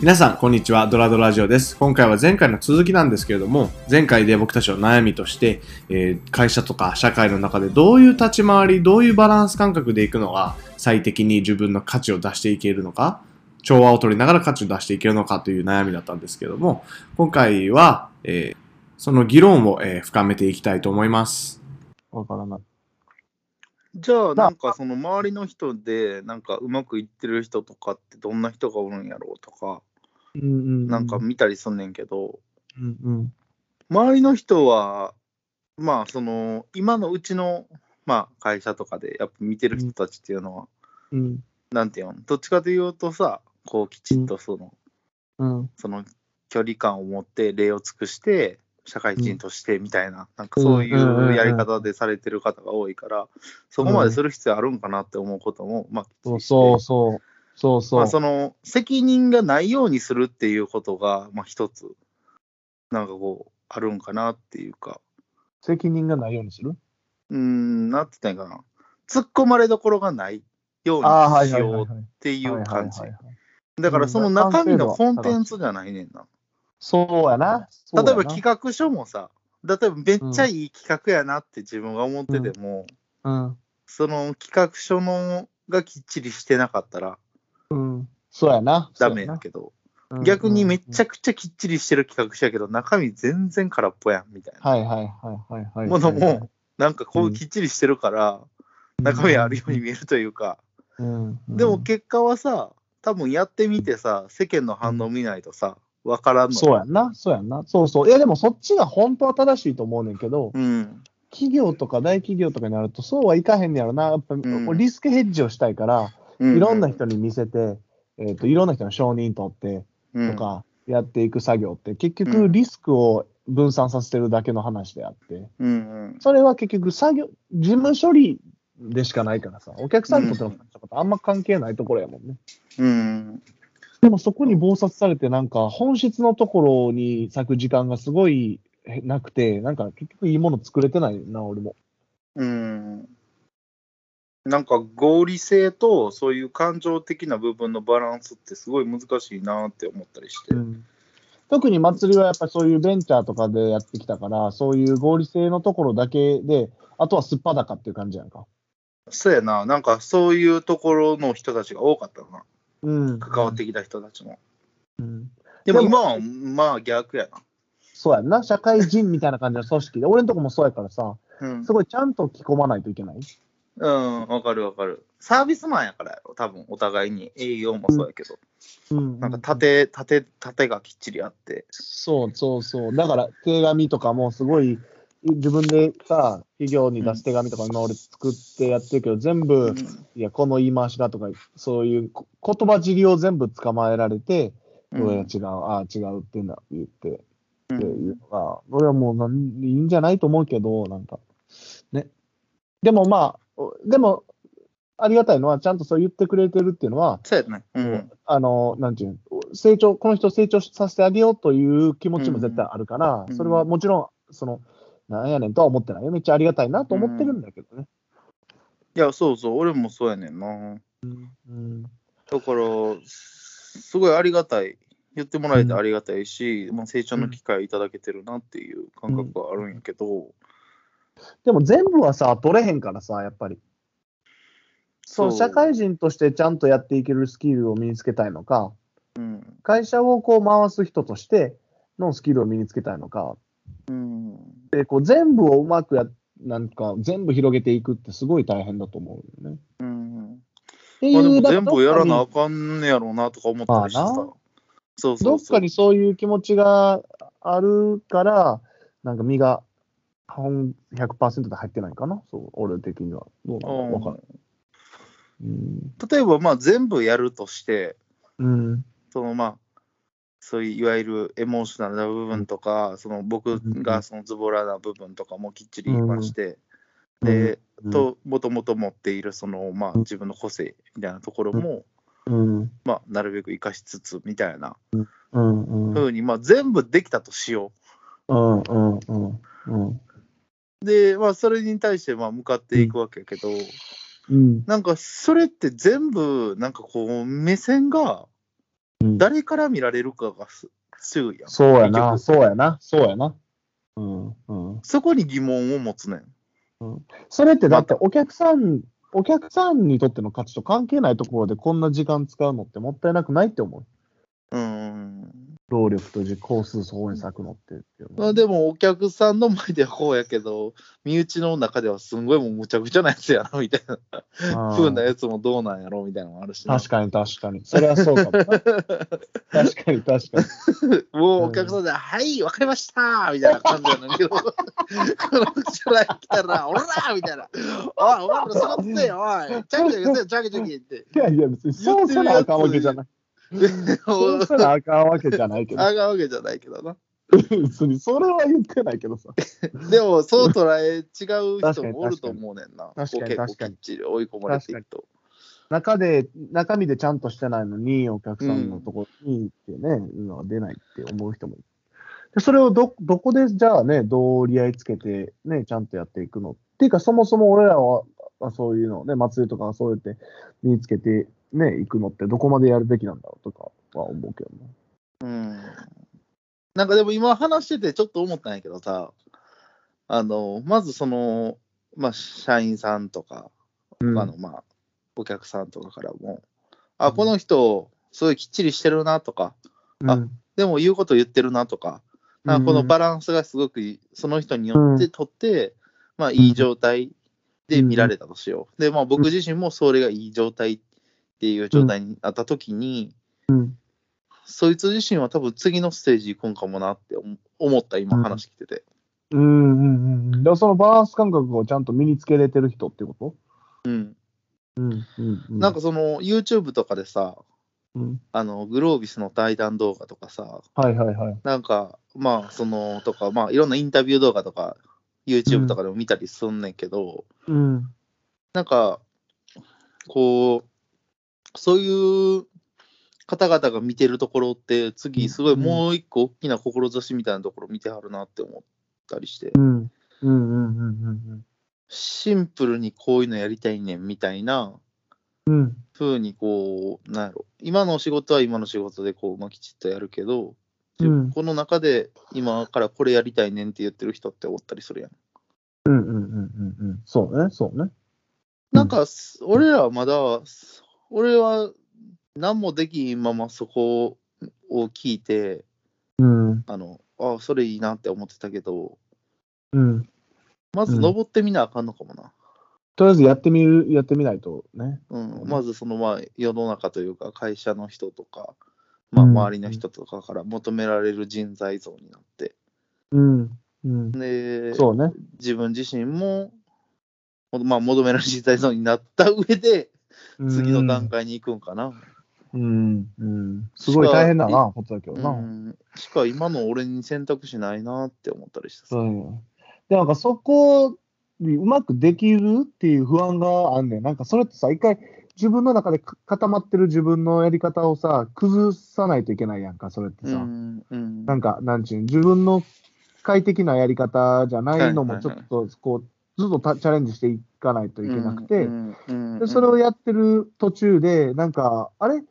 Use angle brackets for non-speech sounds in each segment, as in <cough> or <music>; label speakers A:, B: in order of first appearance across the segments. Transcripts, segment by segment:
A: 皆さん、こんにちは。ドラドラジオです。今回は前回の続きなんですけれども、前回で僕たちの悩みとして、えー会社とか社会の中でどういう立ち回り、どういうバランス感覚でいくのが最適に自分の価値を出していけるのか、調和を取りながら価値を出していけるのかという悩みだったんですけれども、今回は、えーその議論を、えー深めていきたいと思います。
B: わからない。
C: じゃあ、なんかその周りの人で、なんかうまくいってる人とかってどんな人がおるんやろうとか、
B: うんうん。
C: なんか
B: う
C: 見たりすんねんけど、
B: んうん。
C: 周りの人は、まあその、今のうちの、まあ会社とかで、やっぱ見てる人たちっていうのは、
B: うん。
C: なんていうの、どっちかというとさ、こうきちっとその、
B: うん。
C: その距離感を持って礼を尽くして、社会人としてみたいな、なんかそうい
B: んうんうんう
C: うんやり方でされてる方が多いから、そこまでする必要あるんかなって思うことも、まあ、
B: そうそうそう。そうそう。
C: まあ、その責任がないようにするっていうことが、まあ、一つ、なんかこう、あるんかなっていうか、
B: 責任がないようにする
C: うーん、なんて言ったらいいかな、突っ込まれどころがないよう
B: ああ、は
C: に
B: い
C: し
B: はいはい
C: よう
B: は
C: っ
B: い。
C: ていう感じ
B: はい。はいはいはい
C: だからその中身のコンテンツじゃないねんな。
B: そうやな。そう
C: 例
B: や
C: え
B: な
C: ば企画書もさ、例えばめっちゃいい企画やなって自分が思ってても、
B: うん。
C: その企画書のがきっちりしてなかったら
B: うん。そうやな。
C: ダ
B: そ
C: メ
B: う
C: や
B: や
C: けど、
B: な。
C: 逆にめっち
B: ゃ。
C: ゃくちゃきっちりしてる企画書やけど、中身全然空っぽやんみたいな。
B: はいはいはいはいはい。
C: ものも、なんかこ
B: う
C: うんきっちりしてるから、中身あるように見えるというか、
B: うん。うん。
C: でも結果はさ、多分やってみてさ、世間の反応見ないとさ、わからんのよ
B: そうやんな。そうやんな。そうそう。いやでもそっちが本当は正しいと思うねんけど、
C: うん。
B: 企業とか大企業とかになるとそうはいかへんねやろな。やっぱ
C: ん
B: リスクヘッジをしたいから、
C: うん
B: いろんな人に見せて、えっと、いろんな人の承認取って、
C: と
B: と、かやっていく作業って結
C: う
B: 局
C: ん
B: リスクを分散させてるだけの話であって
C: うんうん
B: それは結局作業事務処理でしかないからさお客さんにとってのことあんま関係ないところやもんね
C: うん。
B: でもそこに忙殺されてなんか本質のところに割く時間がすごいえなくてなんか結局いいもの作れてないな俺も
C: うん。なんか合理性とそういう感情的な部分のバランスってすごい難しいなって思ったりして。
B: 特に祭りはやっぱそういうベンチャーとかでやってきたからそういう合理性のところだけであとはすっぱだかっていう感じやんか
C: そうやな、なんかそういうところの人たちが多かったな、
B: うん
C: 関わってきた人たちも。
B: うん
C: でも
B: でも
C: 今はまあ逆や
B: そうやんな、社会人みたいな感じの組織で、俺のとこもそうやからさ、
C: な。うん
B: すごいちゃんと着込まないといけない。
C: うん、わかるわかる。サービスマンやからやろ、多分お互いに。営業もそうやけど。
B: うん
C: なんか縦、縦、縦がきっちりあって。
B: そうそうそう、だから手紙とかもすごい、自分でさ、企業に出す手紙とか今俺作ってやってるけど、全部、
C: うん
B: いや、この言い回しがとか、そういうこ言葉尻を全部捕まえられて、
C: う
B: どうや
C: ん
B: 違う、ああ、違うってんだ、言って、っ
C: う
B: てい
C: ん
B: うのが、俺はもうなんいいんじゃないと思うけど、なんか、ね。でもまあ、おでも、ありがたいのは、ちゃんとそう言ってくれてるっていうのは、
C: そうやな。うん。
B: あの、なんていうの成長、この人を成長させてあげようという気持ちも絶対あるから、
C: うん
B: それはもちろん、その、なんやねんとは思ってないよ。めっちゃありがたいなと思ってるんだけどね。
C: いや、そうそう、俺もそうやねんな。
B: うん。
C: だから、すごいありがたい。言ってもらえてありがたいし、まあ、成長の機会いただけてるなっていう感覚はあるんやけど、
B: でも全部はさ、取れへんからさ、やっぱり。そう、社会人としてちゃんとやっていけるスキルを身につけたいのか、
C: うん、
B: 会社をこう回す人としてのスキルを身につけたいのか、
C: うん、
B: でこう全部をうまくや、なんか全部広げていくってすごい大変だと思うよね。
C: うん。
B: って
C: まあ、で
B: いう
C: も全部やらな
B: ど
C: あ
B: っか
C: かんねやろうなとか思ったりして
B: まあ
C: さ
B: な。
C: そう
B: にど
C: そう
B: っ
C: そ
B: か
C: う。
B: にそういう気持ちがあるから、なんか身が本100%で入ってないかな、そう俺的には。どうなのわか
C: う
B: る。うん
C: ん例えば、まあ、全部やるとして、
B: うん
C: そのまあ、そういういわゆるエモーショナルな部分とか、その僕がそのズボラな部分とかもきっちり言いまして、で、
B: うん
C: と、もともと持っているその、まあ、自分の個性みたいなところも、
B: うん
C: まあ、なるべく生かしつつみたいな
B: うんうん
C: ふうに、まあ、全部できたとしよ
B: うんうんうんうん
C: う。で、まあ、それに対してまあ向かっていくわけやけど、
B: うん
C: なんかそれって全部、なんかこう、目線が
B: うん
C: 誰から見られるかがす強いやん。
B: そうや
C: 結
B: な、
C: 局
B: そうやな、そうやな。うん、うん。
C: そこに疑問を持つねん。
B: それってだってお客さん、お客さんにとっての価値と関係ないところでこんな時間使うのってもったいなくないって思う。
C: うん。
B: 労力と時工数総に割くのってっていうの
C: ま
B: は
C: あでもお客さんの前ではこうやけど、身内の中ではすんごいもうむちゃくちゃなやつやなみたいな、
B: あー
C: ふうなやつもどうなんやろみたいなのもあるしな、
B: 確かに確かに。それはそうかもな。確かに確かに。
C: もうお客さんで、はい、わかりましたみたいな感じやねんけど、この人ら来たら、おらみたいな、おい、お前ら座ってよ、おい、チャキチャキせよ、チャキチャキ <laughs> って。
B: いやいや、別にそうせなあかんわけじゃない。そうせなあかんわけじゃないけど。
C: あがわけじゃないけどな。
B: 別にそれは言ってないけどさ。
C: でも、そう捉え違う人もおると思うねんな。
B: 確かに確かに
C: こう結構きっちり追い込まれていくと。
B: 中で、中身でちゃんとしてないのに、お客さんのところにってね、いうのが出ないって思う人もいる。でそれをど、どこで、じゃあね、どう折り合いつけて、ね、ちゃんとやっていくの。っていうか、そもそも俺らは、まあそういうのをね、祭りとかそうやって身につけて、ね、いくのってどこまでやるべきなんだろうとかは思うけどね。
C: うん。なんかでも今話しててちょっと思ったんやけどさ、あの、まずその、まあ、社員さんとか、
B: うん
C: 他の、まあ、お客さんとかからも、あ、この人、すごいきっちりしてるなとか、あでも言うこと言ってるなとか、なんかこのバランスがすごくいいその人によってとって、まあいい状態で見られたとしよう。で、まあ僕自身もそれがいい状態っていう状態になった時に、
B: うん
C: そいつ自身は多分次のステージ行くんかもなって思思った今話聞いてて。
B: うんうんうん。だからそのバランス感覚をちゃんと身につけれてる人ってこと
C: うん。
B: うんうんう
C: なんかその YouTube とかでさ、
B: うん
C: あのグロービスの対談動画とかさ、
B: はいはいはい。
C: なんかまあそのとか、まあいろんなインタビュー動画とか YouTube とかでも見たりすんねんけど、
B: うん。
C: なんか、こう、そういう方々が見てるところって、次、すごい
B: うん
C: もう一個大きな志みたいなところ見てはるなって思ったりして
B: う、んうんうんうん
C: シンプルにこういうのやりたいねんみたいな
B: うん。うん。
C: 風に、こう、なんやろ、今の仕事は今の仕事で、こう、まあ、きちっとやるけど、
B: うん
C: この中で今からこれやりたいねんって言ってる人って思ったりするやん。
B: うんうんうんうんうん。そうね、そうね。
C: なんか、す俺らはまだ、す俺は何もできんままそこを聞いて、
B: うん。
C: あの、あそれいいなって思ってたけど、
B: うん。
C: まず登ってみなあかんのかもな。
B: とりあえずやってみる、やってみないとね。
C: うん、
B: うん
C: まずその、まあ、世の中というか、会社の人とか、まあ、
B: うん
C: 周りの人とかから求められる人材像になって、
B: うん。うん。
C: で、
B: そうね。
C: 自分自身も、ほんまあ、求められる人材像になった上で、次の段階に行くんかな。
B: うん。うん。すごい大変だな、ほっとだけどな。
C: うん、しか今の俺に選択肢ないなって思ったりしてさ、
B: そうよ。で、なんかそこにうまくできるっていう不安があんねん。なんかそれってさ、一回自分の中でか固まってる自分のやり方をさ、崩さないといけないやんか、それって
C: う
B: さ。
C: んうん
B: なんか、なんちゅうの、自分の快適なやり方じゃないのも
C: はい
B: ち
C: は
B: ょ
C: いはい
B: っと、こう、ずっとたチャレンジしていかないといけなくて、
C: うんうん
B: でそれを
C: や
B: やってる途中で、なんか、あれ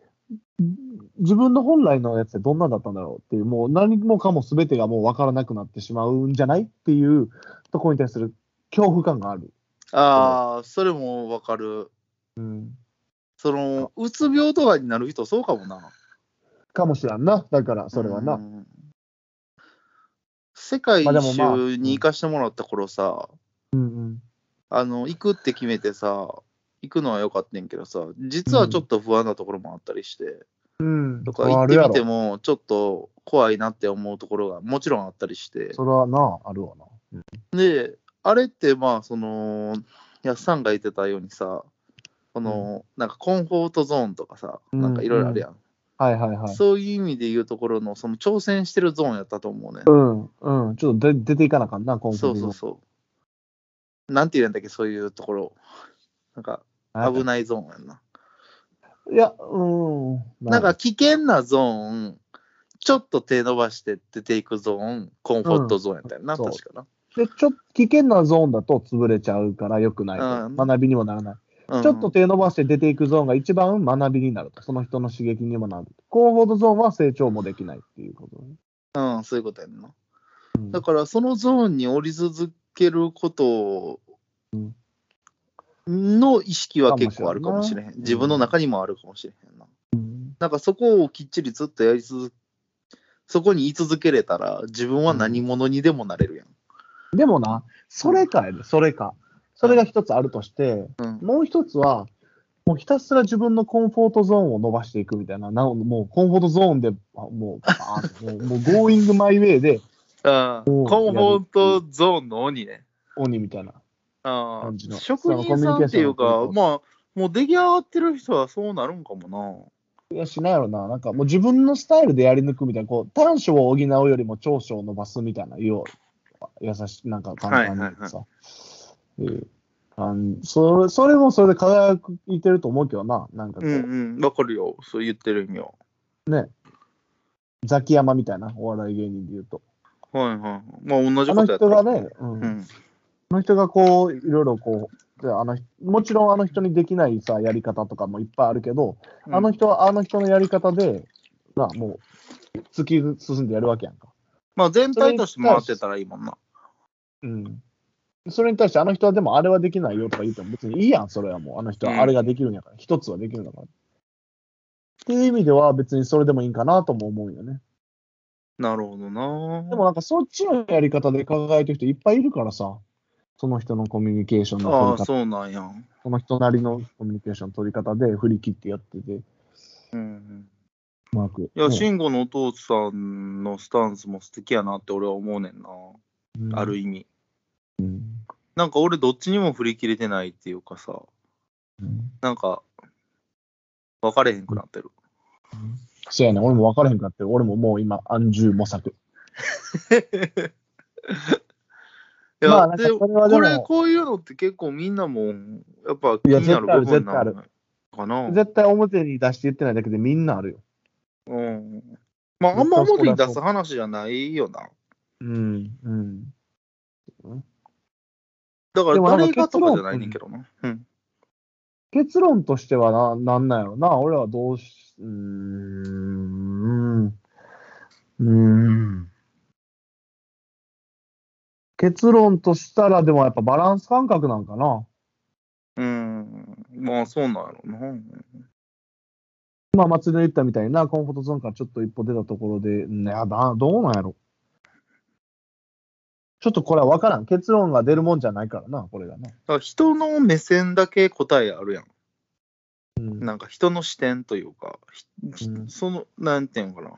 B: 自分の本来のやつってどんなんだったんだろうっていう、もう何もかも全てがもう分からなくなってしまうんじゃないっていうところに対する恐怖感がある。
C: ああそれもわかる
B: うん。
C: そのうつ病とかになる人そうかもな
B: かもしらんな。だから、それは
C: う
B: な。
C: ん世界
B: まあで
C: 一
B: もまあ
C: 周に行かしてもらった頃さ、
B: うん
C: あの行くって決めてさ行くのは良かったんやけどさ実はちょっと不安なところもあったりして、
B: うん。うん。
C: とか行ってみて
B: も。
C: もちょっと怖いなって思うところがもちろんあったりして
B: それはな、あるわな。
C: で、あれって、まあ、その、やっさんが言ってたようにさ、この、なんかコンフォートゾーンとかさ、
B: うん
C: なんかいろいろあるやん,、
B: はいはいはい。
C: そういう意味で言うところの、その挑戦してるゾーンやったと思うね。
B: うん、うん。ちょっと出出ていかなあかんな、今後。
C: そうそうそう。なんて言うんだっけ、そういうところ。なんか、
B: なんか
C: 危ないゾーンやんな。
B: いや、うん。
C: なんか、危険なゾーン、ちょっと手伸ばして出ていくゾーン、コンフォートゾーンやったよな、
B: うん
C: 確かな。
B: で、ちょっと危険なゾーンだと潰れちゃうから良くない。
C: うん
B: 学びにもならない。
C: うん
B: ちょっと手伸ばして出ていくゾーンが一番学びになると。その人の刺激にもなる。コンフォートゾーンは成長もできないっていうことね。
C: うん、そういうことやんな。
B: うん
C: だから、そのゾーンに降り続けることの意識は結構あるかもしれへん。
B: うん
C: 自分の中にもあるかもしれへんな。
B: うん
C: なんかそこをきっちりずっとやり続け、そこに居続けれたら、自分は何者にでもなれるやん。
B: でもな、それかやで、それか。それが一つあるとして、
C: うん
B: もう一つは、もうひたすら自分のコンフォートゾーンを伸ばしていくみたいな、なもうコンフォートゾーンで、あもう、バーンともう、もうゴーイングマイウェイで
C: うん、
B: おう
C: コンフォートゾーンの鬼ね。
B: 鬼みたいな。
C: あ
B: 感じの
C: 職人さんっていう
B: そ
C: か
B: のコミュニケーションの、
C: まあ、もう出来上がってる人はそうなるんかも
B: いや、しないやろな。なんかもう自分のスタイルでやり抜くみたいな、こう、短所を補うよりも長所を伸ばすみたいな、要は、優しい、なんか簡単にさ。うんあんそれそれもそれで輝いてると思うけどな、なんかこ
C: な。
B: う、
C: うんうん、わかるよ。そう言ってる意味は。
B: ザキヤマみたいな、お笑い芸人で言うと。
C: はいはい。まあ、同じ
B: あ
C: こ
B: の
C: とや
B: 人がね、うん
C: うん。
B: あの人がこう、いろいろこう、であの人もちろんあの人にできないさ、やり方とかもいっぱいあるけど、あの人はあの人のやり方で、なもう、突き進んでやるわけやんか。
C: まあ、全体として回ってたらいいもんな。
B: うん。それに対して、あの人はでもあれはできないよとか言っても別にいいやん、それはもう。あの人
C: うん
B: はあれができるんやから、一つはできるんだから。っていう意味では別にそれでもいいんかなとも思うよね。
C: なるほどな。
B: でもなんかそっちのやり方で輝いてる人いっぱいいるからさ、その人のコミュニケーションの取り
C: あ
B: 方
C: あ、そうなんや。
B: その人なりのコミュニケーションの取り方で振り切ってやってて、
C: うん。
B: うまく。
C: いや、
B: ね
C: 慎吾のお父さんのスタンスも素敵やなって俺は思うねんな。ある。意味。
B: うん
C: なんか俺どっちにも振り切れてないっていうかさ、
B: うん
C: なんか、分かれへんくなってる。
B: そうやね、俺も分からへんかって、俺ももう今、安住模索。
C: いや、
B: まあなんか
C: で
B: それはで
C: こ
B: も
C: れ、こういうのって結構みんなも、やっぱ気
B: いや
C: になる部分なの
B: 絶
C: かな。
B: 絶対表に出して言ってないだけでみんなあるよ。
C: うん。まあ、あんま表に出す話じゃないよな。
B: うん。うん。
C: だから
B: でもなんか
C: 誰がとかじゃないねんけどな。うん。
B: 結論としてはな、なんなんやろな。俺はどうし、うーん。うーん。結論としたら、でもやっぱバランス感覚なんかな。
C: うん。まあ、そうなんやろな。
B: まあ、松井の言ったみたいな、コンフォートゾーンからちょっと一歩出たところで、うんいやだどうなんやろ。ちょっとこれは分からん。結論が出るもんじゃないからな、これがね。
C: だから人の目線だけ答えあるやん。
B: うん
C: なんか人の視点というか、ひひ
B: うん
C: その、なんていうのかな。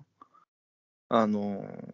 C: あのー、